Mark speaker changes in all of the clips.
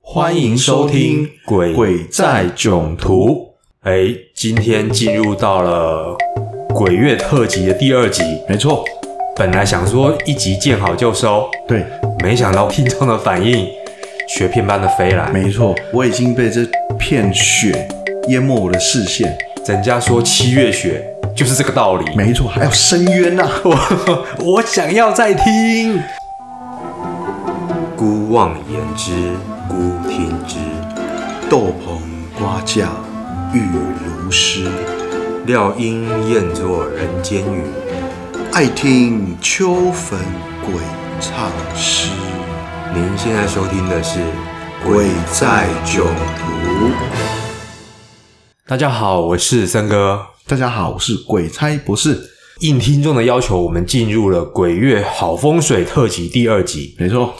Speaker 1: 欢迎收听《鬼鬼在囧途》。哎，今天进入到了鬼月特辑的第二集。
Speaker 2: 没错，
Speaker 1: 本来想说一集见好就收，
Speaker 2: 对，
Speaker 1: 没想到听众的反应雪片般的飞来。
Speaker 2: 没错，我已经被这片雪淹没我的视线。
Speaker 1: 人家说七月雪就是这个道理。
Speaker 2: 没错，还有深渊啊呐、
Speaker 1: 我 我想要再听。孤望言之，孤听之，
Speaker 2: 豆棚瓜架雨如诗，
Speaker 1: 料应厌作人间语。
Speaker 2: 爱听秋坟鬼唱诗。
Speaker 1: 您现在收听的是《
Speaker 2: 鬼在囧途》，
Speaker 1: 大家好，我是森哥。
Speaker 2: 大家好，我是鬼差博士。
Speaker 1: 应听众的要求，我们进入了鬼月好风水特辑第二集。
Speaker 2: 没错，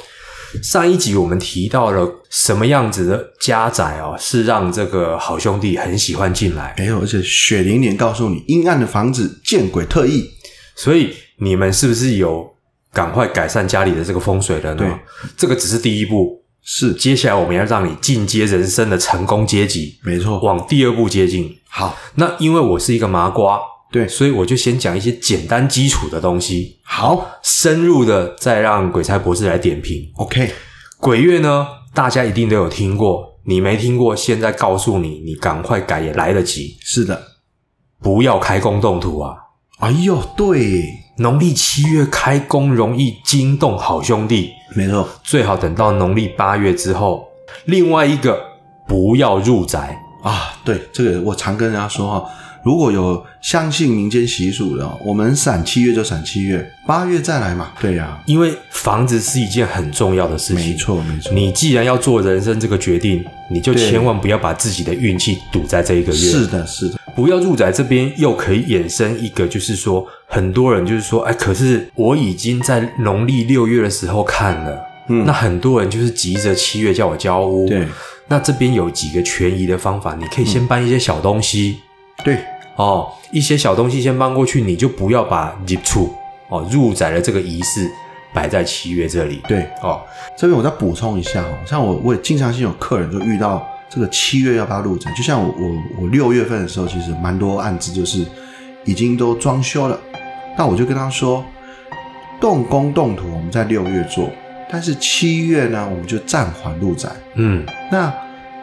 Speaker 1: 上一集我们提到了什么样子的家宅哦，是让这个好兄弟很喜欢进来。
Speaker 2: 没有，而且血淋淋告诉你，阴暗的房子见鬼特异。
Speaker 1: 所以你们是不是有赶快改善家里的这个风水了呢？
Speaker 2: 对，
Speaker 1: 这个只是第一步，
Speaker 2: 是，
Speaker 1: 接下来我们要让你进阶人生的成功阶级，
Speaker 2: 没错。
Speaker 1: 往第二步接近。
Speaker 2: 好，
Speaker 1: 那因为我是一个麻瓜，
Speaker 2: 对，
Speaker 1: 所以我就先讲一些简单基础的东西，
Speaker 2: 好
Speaker 1: 深入的再让鬼差博士来点评。
Speaker 2: ，OK，
Speaker 1: 鬼月呢，大家一定都有听过，你没听过，现在告诉你，你赶快改也来得及，
Speaker 2: 是的。
Speaker 1: 不要开工动土啊！
Speaker 2: 哎呦，对耶，
Speaker 1: 农历七月开工容易惊动好兄弟，
Speaker 2: 没错，
Speaker 1: 最好等到农历八月之后。另外一个，不要入宅，
Speaker 2: 啊，对，这个我常跟人家说哈、如果有相信民间习俗的哦，我们闪七月就闪七月，八月再来嘛。对呀、
Speaker 1: 因为房子是一件很重要的事情。
Speaker 2: 没，错没错，
Speaker 1: 你既然要做人生这个决定，你就
Speaker 2: 对
Speaker 1: 千万不要把自己的运气赌在这一个月。
Speaker 2: 是的，是的，
Speaker 1: 不要入宅这边又可以衍生一个，就是说很多人就是说，哎，可是我已经在农历六月的时候看了，
Speaker 2: 嗯
Speaker 1: 那很多人就是急着七月叫我交屋，
Speaker 2: 对，
Speaker 1: 那这边有几个权宜的方法，你可以先搬一些小东西、
Speaker 2: 嗯对，
Speaker 1: 哦，一些小东西先搬过去，你就不要把入处哦入宅的这个仪式摆在七月这里，
Speaker 2: 对，
Speaker 1: 哦，
Speaker 2: 这边我再补充一下哦，像我我也经常性有客人就遇到这个七月要不要入宅，就像我我我六月份的时候，其实蛮多案子就是已经都装修了，那我就跟他说，动工动土我们在六月做，但是七月呢我们就暂缓入宅。
Speaker 1: 嗯，
Speaker 2: 那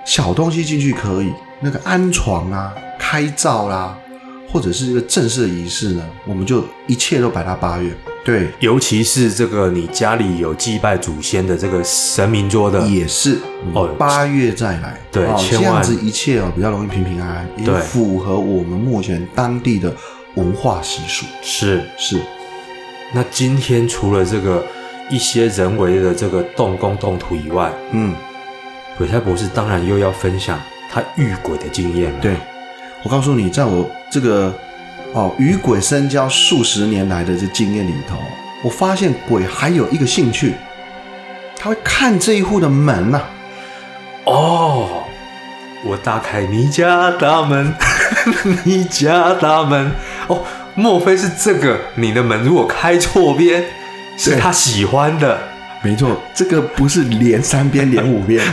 Speaker 2: 小东西进去可以，那个安床啊、开灶啦、或者是一个正式的仪式呢，我们就一切都摆到八月。对，
Speaker 1: 尤其是这个你家里有祭拜祖先的这个神明桌的，
Speaker 2: 也是
Speaker 1: 哦
Speaker 2: 八月再来。
Speaker 1: 对
Speaker 2: 哦，
Speaker 1: 千
Speaker 2: 这
Speaker 1: 万
Speaker 2: 样子一切哦比较容易平平安安，也
Speaker 1: 对
Speaker 2: 符合我们目前当地的文化习俗。
Speaker 1: 是
Speaker 2: 是，
Speaker 1: 那今天除了这个一些人为的这个动工动土以外，
Speaker 2: 嗯，
Speaker 1: 鬼差博士当然又要分享他遇鬼的经验了。
Speaker 2: 对。我告诉你，在我这个哦与鬼深交数十年来的这经验里头，我发现鬼还有一个兴趣，他会看这一户的门啊呐、
Speaker 1: 哦，我打开你家大门， 你家大门。哦，莫非是这个？你的门如果开错边，是
Speaker 2: 对
Speaker 1: 他喜欢的。
Speaker 2: 没错，这个不是连三边连五 边，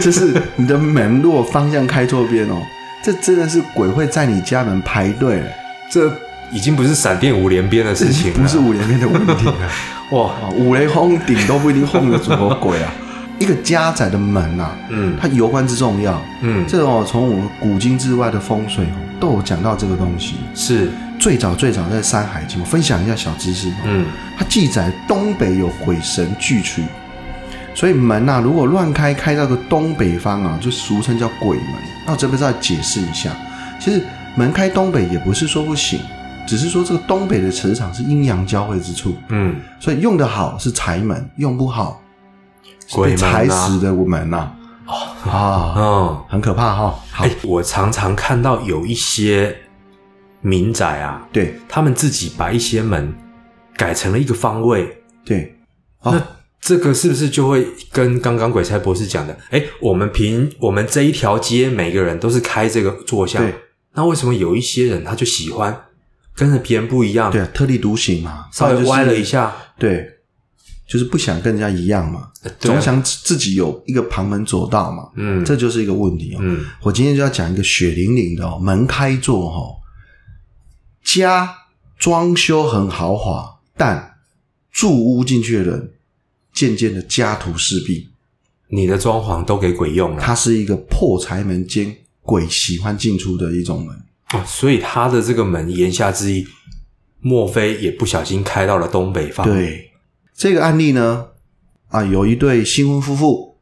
Speaker 2: 这是你的门如果方向开错边哦，这真的是鬼会在你家门排队了，
Speaker 1: 这已经不是闪电五连鞭的事情了。啊
Speaker 2: 不是五连鞭的问 题啊。
Speaker 1: 哇，
Speaker 2: 啊，五雷轰顶都不一定轰得着鬼 啊。一个家宅的门啊，
Speaker 1: 嗯
Speaker 2: 它尤关之重要。
Speaker 1: 嗯，
Speaker 2: 这哦，从我们古今之外的风水哦，都有讲到这个东西。
Speaker 1: 是
Speaker 2: 最早最早在《山海经》，我分享一下小知识。哦
Speaker 1: 嗯
Speaker 2: 它记载东北有鬼神聚居，所以门呐、如果乱开开到个东北方啊，就俗称叫鬼门。那我这边再解释一下，其实门开东北也不是说不行，只是说这个东北的磁场是阴阳交汇之处，
Speaker 1: 嗯，
Speaker 2: 所以用得好是财门，用不好是
Speaker 1: 鬼
Speaker 2: 被
Speaker 1: 门啊
Speaker 2: 踩死的门呐、 啊。啊，
Speaker 1: 嗯。
Speaker 2: 很可怕哈、好，
Speaker 1: 哎、我常常看到有一些民宅啊，
Speaker 2: 对
Speaker 1: 他们自己把一些门改成了一个方位，
Speaker 2: 对，哦
Speaker 1: 这个是不是就会跟刚刚鬼差博士讲的？哎、我们平我们这一条街每个人都是开这个坐向
Speaker 2: 对，
Speaker 1: 那为什么有一些人他就喜欢跟着别人不一样，
Speaker 2: 对啊，特立独行嘛，
Speaker 1: 稍
Speaker 2: 不然
Speaker 1: 微
Speaker 2: 就是
Speaker 1: 歪了一下？
Speaker 2: 对，就是不想跟人家一样嘛，
Speaker 1: 呃对啊
Speaker 2: 总想自自己有一个旁门左道嘛，
Speaker 1: 嗯
Speaker 2: 这就是一个问题哦。
Speaker 1: 嗯
Speaker 2: 我今天就要讲一个血淋淋的哦，门开座哦，家装修很豪华，但住屋进去的人渐渐的家徒四壁，
Speaker 1: 你的装潢都给鬼用了、
Speaker 2: 它是一个破财门兼鬼喜欢进出的一种门。
Speaker 1: 哦所以他的这个门言下之意，莫非也不小心开到了东北方？，
Speaker 2: 对，这个案例呢，啊，有一对新婚夫妇，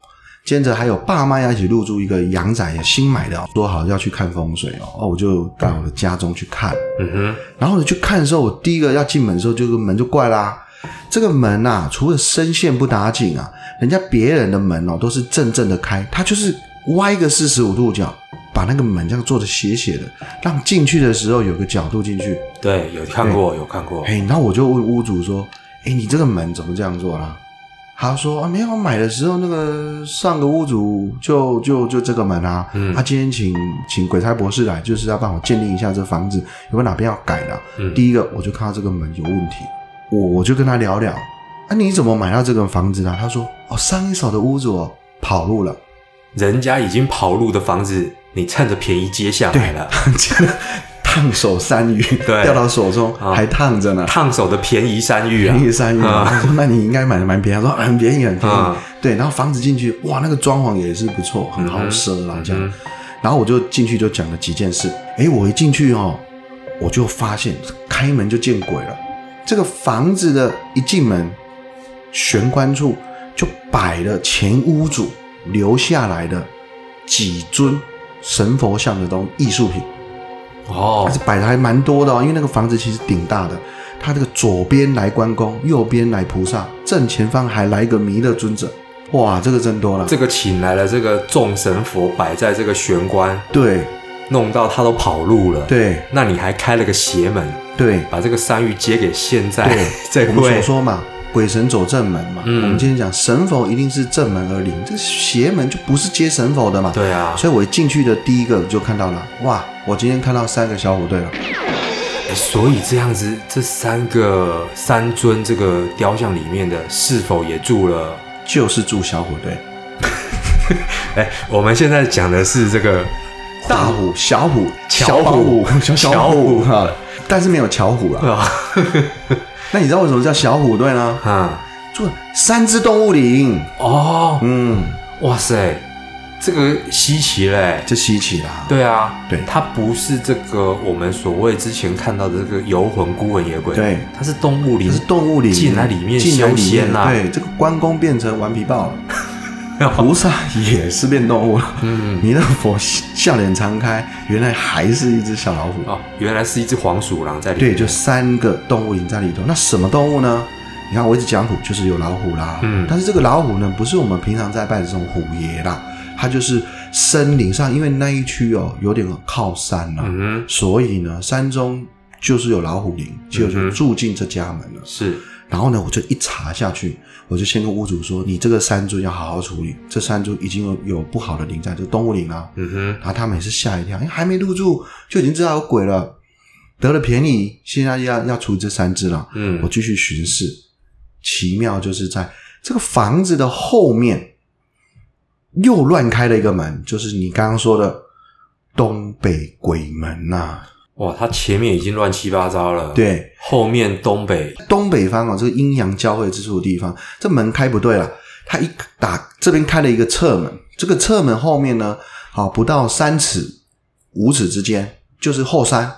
Speaker 2: 接着还有爸妈要一起入住一个阳宅，新买的哦，说好要去看风水哦，哦，我就到我的家中去看。
Speaker 1: 嗯哼，
Speaker 2: 然后呢，去看的时候，我第一个要进门的时候，这个门就怪啦。这个门呐、除了深陷不打紧啊，人家别人的门哦都是正正的开，他就是歪一个四十五度角，把那个门这样做的斜斜的，让进去的时候有个角度进去。
Speaker 1: 对，有看过，有看过。
Speaker 2: 哎，然后我就问屋主说：“哎，你这个门怎么这样做啦？”他说：“啊，没有，买的时候那个上个屋主就就就这个门啊，
Speaker 1: 嗯
Speaker 2: 他今天请请鬼差博士来，就是要帮我鉴定一下这房子有没有哪边要改的啊、
Speaker 1: 嗯
Speaker 2: 第一个，我就看到这个门有问题，我我就跟他聊聊，啊，你怎么买到这个房子的啊？他说：哦，上一手的屋主、哦、跑路了。”
Speaker 1: 人家已经跑路的房子，你趁着便宜接下来了，
Speaker 2: 真的烫手山芋
Speaker 1: 对
Speaker 2: 掉到手中，
Speaker 1: 啊
Speaker 2: 还烫着呢。
Speaker 1: 烫手的便宜山芋啊
Speaker 2: 便！宜三亿嘛，
Speaker 1: 啊
Speaker 2: 他说 那你应该买的蛮便宜，他说哎很便宜很便宜
Speaker 1: 啊，
Speaker 2: 对，然后房子进去，哇，那个装潢也是不错，很好奢啦
Speaker 1: 嗯
Speaker 2: 这样
Speaker 1: 嗯，
Speaker 2: 然后我就进去就讲了几件事，诶，我一进去哦，我就发现开门就见鬼了，这个房子的一进门，玄关处就摆了前屋主留下来的几尊神佛像的东艺术品，
Speaker 1: 哦
Speaker 2: 还是，摆的还蛮多的哦，因为那个房子其实挺大的。它这个左边来关公，右边来菩萨，正前方还来一个弥勒尊者，哇，这个真多了。
Speaker 1: 这个请来了这个众神佛摆在这个玄关，
Speaker 2: 对
Speaker 1: 弄到他都跑路了。，
Speaker 2: 对
Speaker 1: 那你还开了个邪门，
Speaker 2: 对，
Speaker 1: 把这个山芋接给现在
Speaker 2: 对
Speaker 1: 这
Speaker 2: 我们所
Speaker 1: 位。
Speaker 2: 说嘛，鬼神走正门嘛。
Speaker 1: 嗯
Speaker 2: 我们今天讲神佛一定是正门而灵，这邪门就不是接神佛的嘛。
Speaker 1: 对啊，
Speaker 2: 所以我一进去的第一个就看到了，哇，我今天看到三个小虎队了。
Speaker 1: 欸所以这样子，这三个三尊这个雕像里面的，是否也住了？
Speaker 2: 就是住小虎队，
Speaker 1: 哎、我们现在讲的是这个
Speaker 2: 大虎、小虎、
Speaker 1: 巧
Speaker 2: 宝
Speaker 1: 虎
Speaker 2: 小
Speaker 1: 巧
Speaker 2: 小
Speaker 1: 虎
Speaker 2: 虎哈，但是没有巧虎啦。
Speaker 1: 啊
Speaker 2: 那你知道为什么叫小虎队呢？
Speaker 1: 啊
Speaker 2: 住三只动物灵，
Speaker 1: 哦，
Speaker 2: 嗯，
Speaker 1: 哇塞，这个稀奇嘞！
Speaker 2: 这稀奇啦。
Speaker 1: 对啊，
Speaker 2: 对
Speaker 1: 它不是这个我们所谓之前看到的这个游魂、孤魂野鬼，
Speaker 2: 对
Speaker 1: 它是动物灵，
Speaker 2: 这是动物灵
Speaker 1: 进来里面
Speaker 2: 进来
Speaker 1: 修
Speaker 2: 里面
Speaker 1: 仙啦、
Speaker 2: 对，这个关公变成顽皮豹了，菩萨也是变动物了。
Speaker 1: 嗯，
Speaker 2: 弥勒佛笑脸常开，原来还是一只小老虎。
Speaker 1: 哦，原来是一只黄鼠狼在里
Speaker 2: 对，
Speaker 1: 面，
Speaker 2: 就三个动物灵在里头。那什么动物呢？你看我一直讲虎，就是有老虎啦。
Speaker 1: 嗯
Speaker 2: 但是这个老虎呢，不是我们平常在拜的这种虎爷啦，它就是森林上，因为那一区哦有点靠山啦、啊
Speaker 1: 嗯哼，
Speaker 2: 所以呢，山中就是有老虎林，结果就住进这家门了。
Speaker 1: 是
Speaker 2: 然后呢，我就一查下去，我就先跟屋主说，你这个山猪要好好处理，这山猪已经有有不好的灵在，就动物灵啊。
Speaker 1: 嗯哼，
Speaker 2: 然后他们也是吓一跳，哎，还没入住就已经知道有鬼了，得了便宜，现在要要处理这三只了。
Speaker 1: 嗯
Speaker 2: 我继续巡视，奇妙就是在这个房子的后面又乱开了一个门，就是你刚刚说的东北鬼门啊呐、
Speaker 1: 哇，它前面已经乱七八糟了，，
Speaker 2: 对，
Speaker 1: 后面东北
Speaker 2: 东北方哦，这个阴阳交汇之处的地方，这门开不对了。它一打这边开了一个侧门，这个侧门后面呢，好不到三尺、五尺之间，就是后山。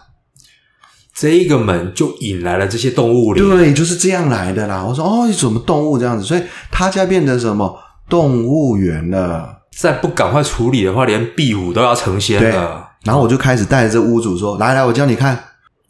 Speaker 1: 这一个门就引来了这些动物灵，
Speaker 2: 对，就是这样来的啦。我说哦，怎么动物这样子？所以他家变成什么动物园了？
Speaker 1: 再不赶快处理的话，连壁虎都要成仙了。
Speaker 2: 然后我就开始带着这屋主说：“来来，我教你看。”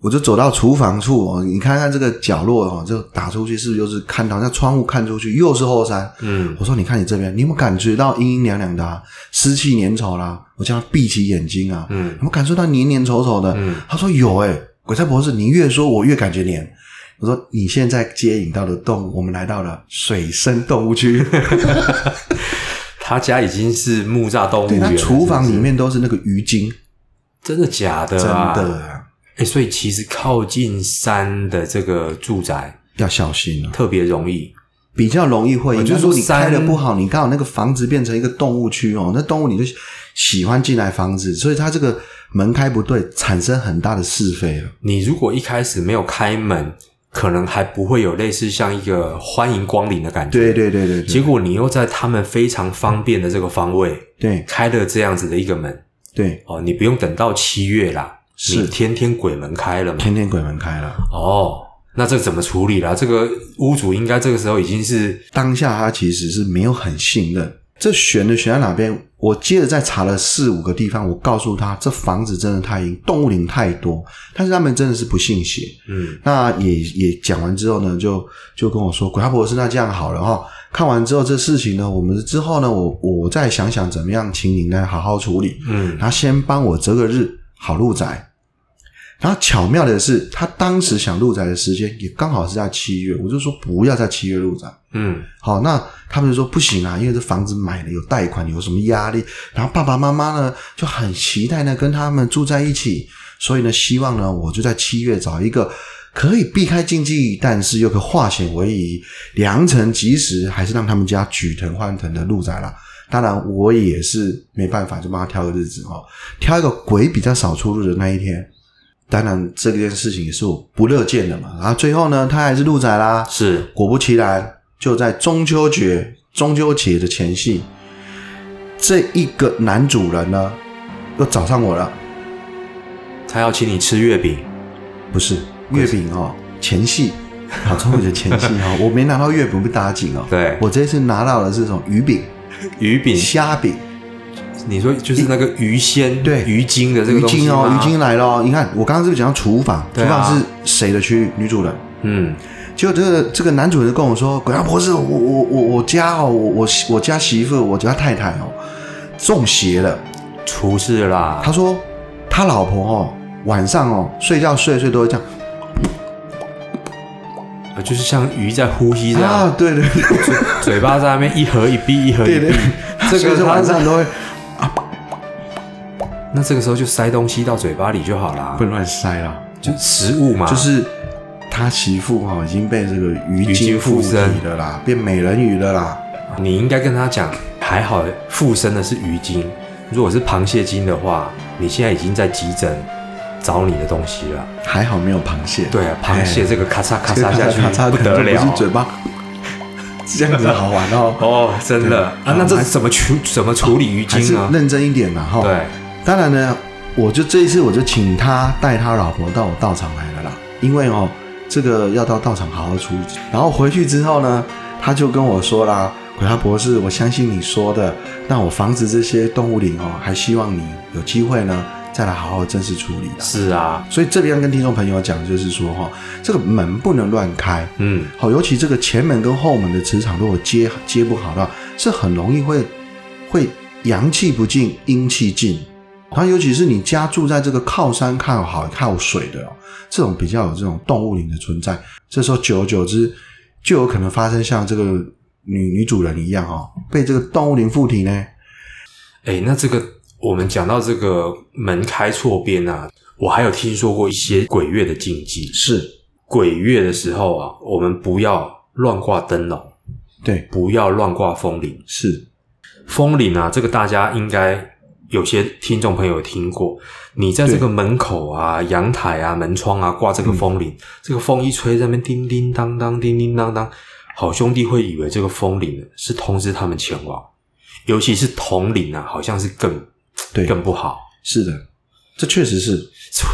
Speaker 2: 我就走到厨房处哦，你看看这个角落哦，就打出去是不是就是看到那窗户看出去又是后山？
Speaker 1: 嗯，
Speaker 2: 我说：“你看你这边，你有没有感觉到阴阴凉凉的、啊、湿气粘稠啦、我叫他闭起眼睛啊，
Speaker 1: 嗯
Speaker 2: 有没有感受到黏黏稠稠的？
Speaker 1: 嗯
Speaker 2: 他说：“有诶、鬼差博士，你越说我越感觉黏。”我说：“你现在接引到的动物，我们来到了水生动物区，
Speaker 1: 他家已经是木栅动物
Speaker 2: 对，
Speaker 1: 园了
Speaker 2: 它，厨房
Speaker 1: 是
Speaker 2: 里
Speaker 1: 不是
Speaker 2: 面都是那个鱼精，
Speaker 1: 真的假的
Speaker 2: 真
Speaker 1: 啊？
Speaker 2: 的啊
Speaker 1: 哎、所以其实靠近山的这个住宅
Speaker 2: 要小心啊。
Speaker 1: 特别容易。
Speaker 2: 比较容易会
Speaker 1: 我
Speaker 2: 赢。
Speaker 1: 就
Speaker 2: 但
Speaker 1: 说
Speaker 2: 如果你开的
Speaker 1: 三
Speaker 2: 不好，你刚好那个房子变成一个动物区哦，那动物你就喜欢进来房子，所以它这个门开不对，产生很大的是非了。
Speaker 1: 你如果一开始没有开门，可能还不会有类似像一个欢迎光临的感觉。
Speaker 2: 对对对对
Speaker 1: 结
Speaker 2: 对，
Speaker 1: 果你又在他们非常方便的这个方位
Speaker 2: 对
Speaker 1: 开了这样子的一个门
Speaker 2: 对，
Speaker 1: 哦，你不用等到七月啦，
Speaker 2: 是
Speaker 1: 你天天鬼门开了嘛？
Speaker 2: 嗯天天鬼门开了。
Speaker 1: 哦，那这怎么处理啦？这个屋主应该这个时候已经是
Speaker 2: 当下他其实是没有很信任。这悬的悬在哪边？我接着再查了四五个地方，我告诉他，这房子真的太阴，动物灵太多，但是他们真的是不信邪。
Speaker 1: 嗯
Speaker 2: 那也也讲完之后呢，就就跟我说，鬼阿博士，那这样好了哈、看完之后这事情呢，我们之后呢，我我再想想怎么样，请您来好好处理。
Speaker 1: 嗯
Speaker 2: 然后先帮我择个日好入宅。然后巧妙的是，他当时想入宅的时间也刚好是在七月，我就说不要在七月入宅。
Speaker 1: 嗯
Speaker 2: 好，那他们就说不行啊，因为这房子买了有贷款，有什么压力。然后爸爸妈妈呢就很期待呢跟他们住在一起，所以呢希望呢我就在七月找一个可以避开禁忌，但是又可化险为夷、良辰吉时，还是让他们家举腾欢腾的入宅啦。当然，我也是没办法，就帮他挑个日子哦，挑一个鬼比较少出入的那一天。当然，这件事情也是我不乐见的嘛。然后最后呢，他还是入宅啦，
Speaker 1: 是
Speaker 2: 果不其然，就在中秋节中秋节的前夕，这一个男主人呢，又找上我了。
Speaker 1: 他要请你吃月饼，
Speaker 2: 不是月饼哦，前戏，好，中秋节前戏 哦，我没拿到月饼不打紧哦。
Speaker 1: 对
Speaker 2: 我这次拿到的是什么鱼饼、
Speaker 1: 鱼饼，
Speaker 2: 虾饼、
Speaker 1: 你说就是那个鱼鲜
Speaker 2: 对
Speaker 1: 鱼精的这个
Speaker 2: 鱼
Speaker 1: 东西
Speaker 2: 精哦，
Speaker 1: 吗
Speaker 2: 鱼精，来了哦。你看，我刚刚是不是讲到厨房？
Speaker 1: 对
Speaker 2: 厨
Speaker 1: 啊
Speaker 2: 房是谁的区域？女主人。
Speaker 1: 嗯
Speaker 2: 结果这个这个男主人跟我说：“鬼大博士，我我我我家哦，我我我家媳妇，我家太太哦，中邪了。”
Speaker 1: 出事啦，
Speaker 2: 他说他老婆哦，晚上哦睡觉睡一睡都会这样
Speaker 1: 呃就是像鱼在呼吸这样，
Speaker 2: 啊，对对对
Speaker 1: 嘴巴在那边一合一闭，一合一
Speaker 2: 对
Speaker 1: 闭
Speaker 2: 对，
Speaker 1: 这
Speaker 2: 所以
Speaker 1: 个
Speaker 2: 是
Speaker 1: 他
Speaker 2: 晚上都会
Speaker 1: 那这个时候就塞东西到嘴巴里就好啦
Speaker 2: 不，能乱塞啦，
Speaker 1: 就食物嘛，
Speaker 2: 就是他媳妇哈、哦、已经被这个鱼
Speaker 1: 鱼
Speaker 2: 精
Speaker 1: 精
Speaker 2: 附
Speaker 1: 附
Speaker 2: 体
Speaker 1: 身
Speaker 2: 了啦，变美人鱼了啦，
Speaker 1: 你应该跟他讲，还好附身的是鱼精，如果是螃蟹精的话，你现在已经在急诊找你的东西了。
Speaker 2: 还好没有螃蟹，
Speaker 1: 对啊，螃蟹这个咔嚓咔
Speaker 2: 哎这个
Speaker 1: 嚓下去
Speaker 2: 咔嚓
Speaker 1: 不得
Speaker 2: 不
Speaker 1: 了
Speaker 2: 是，嘴巴 这样子好玩 哦。
Speaker 1: 哦，真的啊，那这怎么处怎么处理鱼
Speaker 2: 还是
Speaker 1: 精啊？
Speaker 2: 认真一点啦哈。
Speaker 1: 对，
Speaker 2: 当然呢，我就这一次我就请他带他老婆到我道场来了啦，因为哦，这个要到道场好好处理。然后回去之后呢，他就跟我说啦，鬼他博士，我相信你说的，那我防止这些动物灵哦，还希望你有机会呢再来好好正式处理啦。
Speaker 1: 是啊，
Speaker 2: 所以这边要跟听众朋友讲，就是说哈、哦，这个门不能乱开，
Speaker 1: 嗯，
Speaker 2: 好，尤其这个前门跟后门的磁场如果接接不好的话，是很容易会会阳气不进，阴气进。然后尤其是你家住在这个靠山、靠海、靠水的、哦，这种比较有这种动物灵的存在，这时候久而久之就有可能发生像这个女女主人一样哦，被这个动物灵附体呢。
Speaker 1: 哎，那这个我们讲到这个门开错边啊，我还有听说过一些鬼月的禁忌，
Speaker 2: 是，
Speaker 1: 鬼月的时候啊，我们不要乱挂灯笼，
Speaker 2: 对，
Speaker 1: 不要乱挂风铃。
Speaker 2: 是，
Speaker 1: 风铃啊，这个大家应该有些听众朋友有听过。你在这个门口啊、阳台啊、门窗啊挂这个风
Speaker 2: 嗯
Speaker 1: 铃，这个风一吹，在那边叮叮当当、叮叮当当，好兄弟会以为这个风铃是通知他们前往，尤其是铜铃啊，好像是更
Speaker 2: 对，
Speaker 1: 更不好。
Speaker 2: 是的，这确实是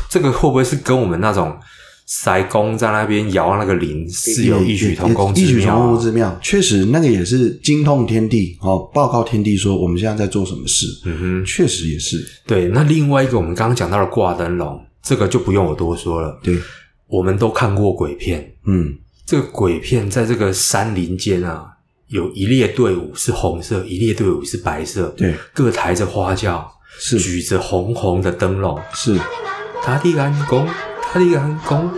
Speaker 1: 这个会不会是跟我们那种塞公在那边摇那个铃是有异曲同工之
Speaker 2: 异曲
Speaker 1: 妙、
Speaker 2: 同工
Speaker 1: 啊？
Speaker 2: 之妙，确实那个也是惊动天地哦，报告天地说我们现在在做什么事，
Speaker 1: 嗯哼。
Speaker 2: 确实也是
Speaker 1: 对，那另外一个我们刚刚讲到的挂灯笼，这个就不用我多说了。
Speaker 2: 对，
Speaker 1: 我们都看过鬼片，
Speaker 2: 嗯，
Speaker 1: 这个鬼片在这个山林间啊，有一列队伍是红色，一列队伍是白色，
Speaker 2: 对，
Speaker 1: 各抬着花轿，
Speaker 2: 是
Speaker 1: 举着红红的灯笼，
Speaker 2: 是
Speaker 1: 塔地干公，塔地干公，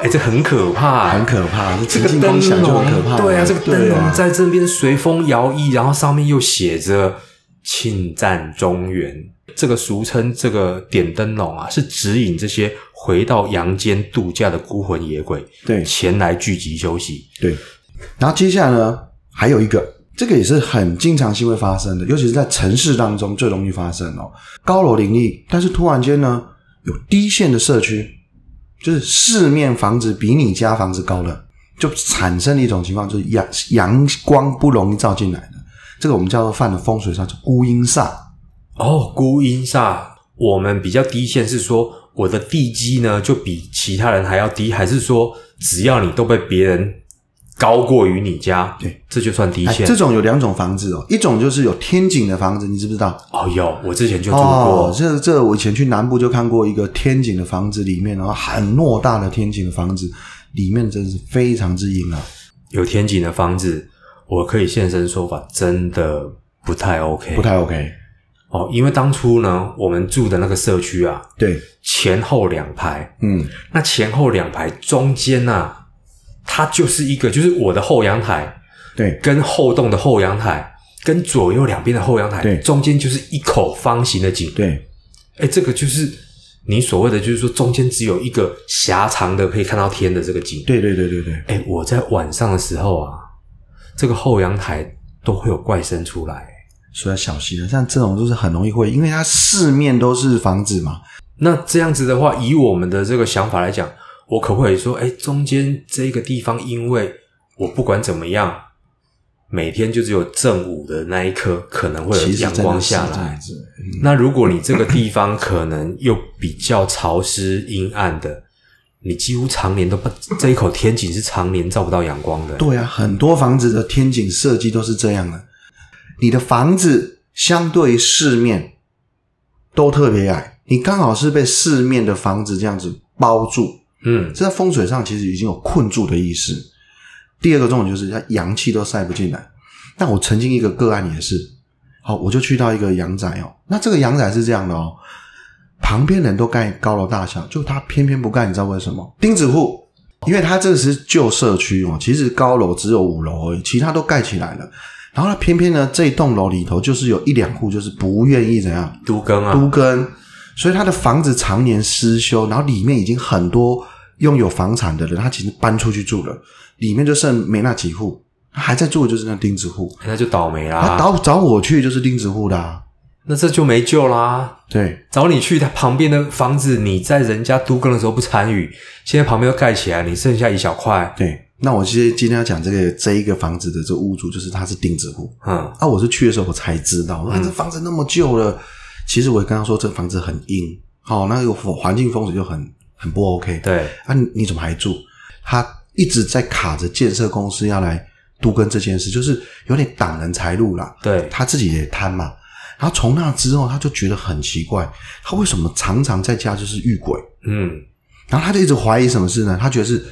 Speaker 1: 哎，这很可怕、
Speaker 2: 很可怕，
Speaker 1: 这
Speaker 2: 这
Speaker 1: 个灯
Speaker 2: 个光想就很可
Speaker 1: 笼，
Speaker 2: 怕了，
Speaker 1: 对啊，这个灯
Speaker 2: 对
Speaker 1: 笼
Speaker 2: 啊
Speaker 1: 在这边随风摇曳，然后上面又写着“庆赞中原”，这个俗称这个点灯笼啊，是指引这些回到阳间度假的孤魂野鬼
Speaker 2: 对
Speaker 1: 前来聚集休息。
Speaker 2: 对。然后接下来呢，还有一个，这个也是很经常性会发生的，尤其是在城市当中最容易发生哦。高楼林立，但是突然间呢，有低线的社区，就是市面房子比你家房子高了，就产生了一种情况，就是阳阳光不容易照进来的，这个我们叫做犯了风水上叫孤阴煞。
Speaker 1: 哦，孤阴煞，我们比较低线是说我的地基呢就比其他人还要低，还是说只要你都被别人高过于你家，
Speaker 2: 对，
Speaker 1: 这就算低
Speaker 2: 哎，
Speaker 1: 线？
Speaker 2: 这种有两种房子哦，一种就是有天井的房子，你知不知道？
Speaker 1: 哦，有，我之前就住过，
Speaker 2: 哦，这这我以前去南部就看过一个天井的房子，里面然后很偌大的天井的房子，里面真是非常之阴啊。
Speaker 1: 有天井的房子，我可以现身说法，真的不太 OK，
Speaker 2: 不太 OK。
Speaker 1: 哦，因为当初呢，我们住的那个社区啊，
Speaker 2: 对，
Speaker 1: 前后两排，
Speaker 2: 嗯，
Speaker 1: 那前后两排中间呐、啊，它就是一个，就是我的后阳台
Speaker 2: 对，
Speaker 1: 跟后栋的后阳台，跟左右两边的后阳台，
Speaker 2: 对
Speaker 1: 中间就是一口方形的井。
Speaker 2: 对，
Speaker 1: 哎，这个就是你所谓的，就是说中间只有一个狭长的可以看到天的这个井。
Speaker 2: 对对对对对，
Speaker 1: 哎，我在晚上的时候啊，这个后阳台都会有怪声出来。
Speaker 2: 所以要小心啊。像这种就是很容易会，因为它四面都是房子嘛。
Speaker 1: 那这样子的话，以我们的这个想法来讲，我可不可以说，哎、中间这个地方，因为我不管怎么样，每天就只有正午的那一刻可能会有
Speaker 2: 其实
Speaker 1: 阳
Speaker 2: 真
Speaker 1: 光
Speaker 2: 的是
Speaker 1: 下
Speaker 2: 这
Speaker 1: 来嗯
Speaker 2: 样。子，
Speaker 1: 那如果你这个地方可能又比较潮湿阴暗的，你几乎常年都不这一口天井是常年照不到阳光的。
Speaker 2: 对啊，很多房子的天井设计都是这样的。你的房子相对于市面都特别矮，你刚好是被市面的房子这样子包住，
Speaker 1: 嗯，
Speaker 2: 这在风水上其实已经有困住的意思。第二个重点就是，它阳气都晒不进来。但我曾经一个个案也是，好，我就去到一个阳宅哦，那这个阳宅是这样的哦，旁边人都盖高楼大厦，就他偏偏不盖，你知道为什么？钉子户，因为他这是旧社区哦，其实高楼只有五楼而已，其他都盖起来了。然后呢，偏偏呢这一栋楼里头就是有一两户就是不愿意怎样
Speaker 1: 都更啊，
Speaker 2: 都跟，所以他的房子常年失修，然后里面已经很多拥有房产的人，他其实搬出去住了，里面就剩没那几户，还在住的就是那钉子户。
Speaker 1: 那就倒霉
Speaker 2: 他
Speaker 1: 啦，
Speaker 2: 找找我去就是钉子户的、啊，
Speaker 1: 那这就没救啦。
Speaker 2: 对
Speaker 1: 找你去他旁边的房子，你在人家都更的时候不参与，现在旁边都盖起来，你剩下一小块，
Speaker 2: 对。那我其实今天要讲这个这一个房子的这屋主，就是他是钉子户
Speaker 1: 嗯，
Speaker 2: 啊。我是去的时候我才知道，啊，这房子那么旧了。其实我也跟他说，这房子很阴，好、那个环境风水就很很不 OK。
Speaker 1: 对，
Speaker 2: 啊，你你怎么还住？他一直在卡着建设公司要来都跟这件事，就是有点挡人财路啦。
Speaker 1: 对，
Speaker 2: 他自己也贪嘛。然后从那之后，他就觉得很奇怪，他为什么常常在家就是遇鬼？
Speaker 1: 嗯，
Speaker 2: 然后他就一直怀疑什么事呢？他觉得是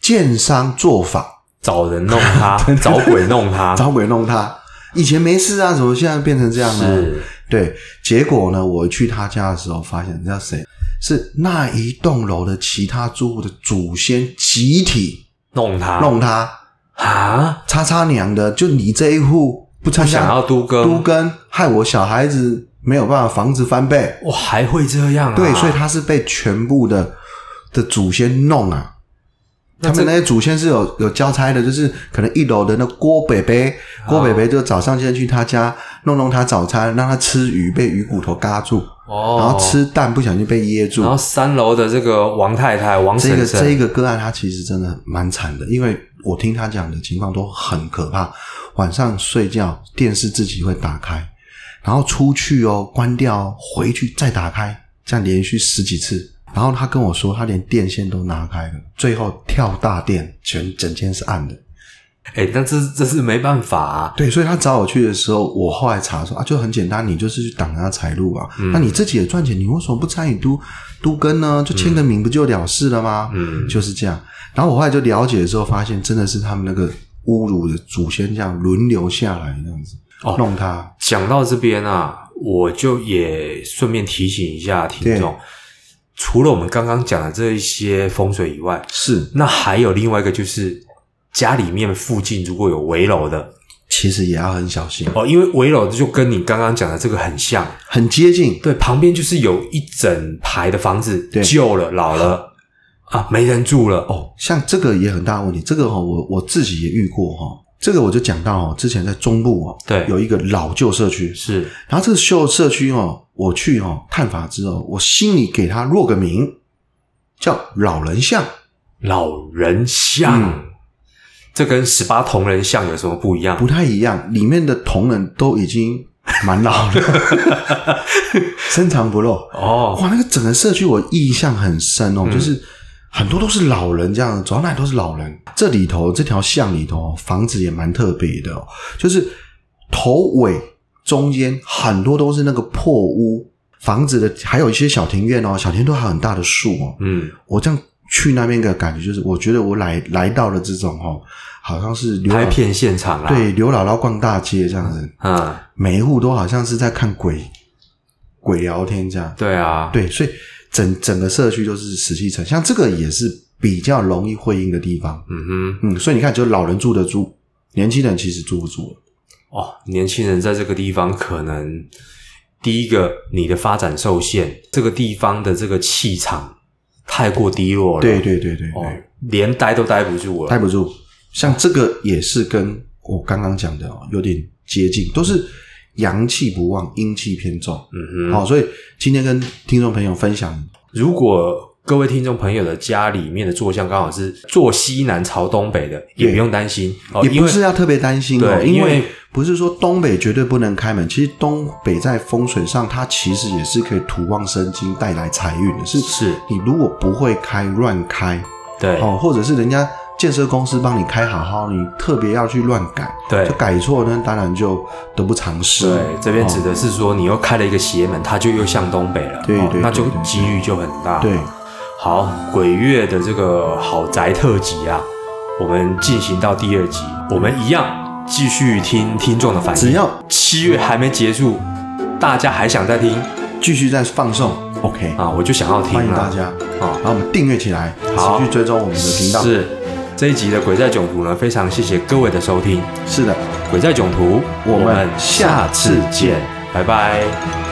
Speaker 2: 建商做法啊
Speaker 1: 找人弄 他，找鬼弄他，
Speaker 2: 找鬼弄他。以前没事啊，怎么现在变成这样呢？
Speaker 1: 是，
Speaker 2: 对，结果呢，我去他家的时候，发现你知道谁是那一栋楼的其他住户的祖先集体
Speaker 1: 弄他，
Speaker 2: 弄他。
Speaker 1: 啊，
Speaker 2: 叉叉娘的，就你这一户不参
Speaker 1: 不想
Speaker 2: 加
Speaker 1: 要都更，
Speaker 2: 都跟，害我小孩子没有办法房子翻倍。
Speaker 1: 哇，还会这样啊？
Speaker 2: 对，所以他是被全部的的祖先弄啊。
Speaker 1: 那
Speaker 2: 他
Speaker 1: 这
Speaker 2: 们那些祖先是有有交差的，就是可能一楼的那郭北北，郭北北就早上先去他家弄弄他早餐，让他吃鱼，被鱼骨头嘎住，
Speaker 1: 哦，
Speaker 2: 然后，吃蛋不小心被噎住
Speaker 1: 然，后三楼的这个王太太、王
Speaker 2: 这
Speaker 1: 婶
Speaker 2: 个这
Speaker 1: 婶，
Speaker 2: 一个个案，他其实真的蛮惨的，因为我听他讲的情况都很可怕。晚上睡觉，电视自己会打开，然后出去哦，关掉哦，回去再打开，这样连续十几次。然后他跟我说，他连电线都拿开了，最后跳大电，全整间是暗的。
Speaker 1: 哎，那这这是没办法啊，
Speaker 2: 对，所以他找我去的时候，我后来查说啊，就很简单，你就是去挡人家财路啊。
Speaker 1: 嗯
Speaker 2: 那你自己也赚钱，你为什么不参与都都跟呢？就签个名不就了事了吗？
Speaker 1: 嗯
Speaker 2: 就是这样。然后我后来就了解之后，发现真的是他们那个侮辱的祖先这样轮流下来这样子、
Speaker 1: 哦
Speaker 2: 弄他。
Speaker 1: 讲到这边啊，我就也顺便提醒一下听众，除了我们刚刚讲的这一些风水以外，
Speaker 2: 是，
Speaker 1: 那还有另外一个就是家里面附近如果有围楼的
Speaker 2: 其实也要很小心，
Speaker 1: 哦，因为围楼就跟你刚刚讲的这个很像，
Speaker 2: 很接近。
Speaker 1: 对，旁边就是有一整排的房子
Speaker 2: 对
Speaker 1: 旧了、老了啊，没人住了哦，
Speaker 2: 像这个也很大的问题，这个哈、我我自己也遇过哈、这个我就讲到哦，之前在中部哦，
Speaker 1: 对
Speaker 2: 有一个老旧社区，
Speaker 1: 是
Speaker 2: 然后这个旧社区哦，我去哦探访之后，我心里给它落个名，叫老人像。
Speaker 1: 老人像，这跟十八铜人像有什么不一样
Speaker 2: 嗯不？太一样，里面的同仁都已经蛮老了， 深藏不露。
Speaker 1: 哦，
Speaker 2: 哇，那个整个社区我印象很深哦，就是很多都是老人这样，走到哪里都是老人。这里头这条巷里头哦房子也蛮特别的、哦，就是头尾中间很多都是那个破屋房子的，还有一些小庭院哦，小庭院都还有很大的树哦。
Speaker 1: 嗯，
Speaker 2: 我这样去那边的感觉就是，我觉得我来来到了这种哦，好像是刘老
Speaker 1: 拍片现场啦，，
Speaker 2: 啊对，刘姥姥逛大街这样子，
Speaker 1: 嗯，
Speaker 2: 每一户都好像是在看鬼鬼聊天这样。
Speaker 1: 对啊，
Speaker 2: 对，所以整整个社区都是死气沉，像这个也是比较容易会阴的地方。
Speaker 1: 嗯哼，
Speaker 2: 嗯，所以你看，只有老人住得住，年轻人其实住不住。
Speaker 1: 哦，年轻人在这个地方可能第一个你的发展受限，这个地方的这个气场太过低落了，
Speaker 2: 对，对对对
Speaker 1: 哦
Speaker 2: 对，，
Speaker 1: 连待都待不住了，
Speaker 2: 待不住。像这个也是跟我刚刚讲的、哦、有点接近，都是阳气不旺，阴气偏重。
Speaker 1: 嗯哼，
Speaker 2: 好，所以今天跟听众朋友分享
Speaker 1: 如果。各位听众朋友的家里面的坐向刚好是坐西南朝东北的，也
Speaker 2: 对
Speaker 1: 不用担心哦，
Speaker 2: 也
Speaker 1: 因
Speaker 2: 不
Speaker 1: 为
Speaker 2: 是要特别担心哦，
Speaker 1: 对因
Speaker 2: 因
Speaker 1: 为
Speaker 2: 为不是说东北绝对不能开门，其实东北在风水上，它其实也是可以土旺生金，带来财运的。是，
Speaker 1: 是
Speaker 2: 你如果不会开，乱开
Speaker 1: 对
Speaker 2: 哦，或者是人家建设公司帮你开好好，你特别要去乱改，
Speaker 1: 对
Speaker 2: 就改错呢，当然就得不偿失。
Speaker 1: 对，这边指的是说你又开了一个邪门，它就又向东北了，
Speaker 2: 对
Speaker 1: 哦
Speaker 2: 对
Speaker 1: 那
Speaker 2: 对
Speaker 1: 就
Speaker 2: 对对
Speaker 1: 几率就很大。
Speaker 2: 对，
Speaker 1: 好，鬼月的这个好宅特辑啊，我们进行到第二集，我们一样继续听听众的反应。
Speaker 2: 只要
Speaker 1: 七月还没结束，大家还想再听
Speaker 2: 继续再放送，OK，
Speaker 1: 啊，我就想要听
Speaker 2: 欢迎大
Speaker 1: 了。
Speaker 2: 家，
Speaker 1: 哦
Speaker 2: 把我们订阅起来，
Speaker 1: 好
Speaker 2: 持续追踪我们的频道。
Speaker 1: 是这一集的《鬼在囧途》呢，非常谢谢各位的收听，
Speaker 2: 是的。
Speaker 1: 《鬼在囧途》，
Speaker 2: 我们
Speaker 1: 下次见，拜拜。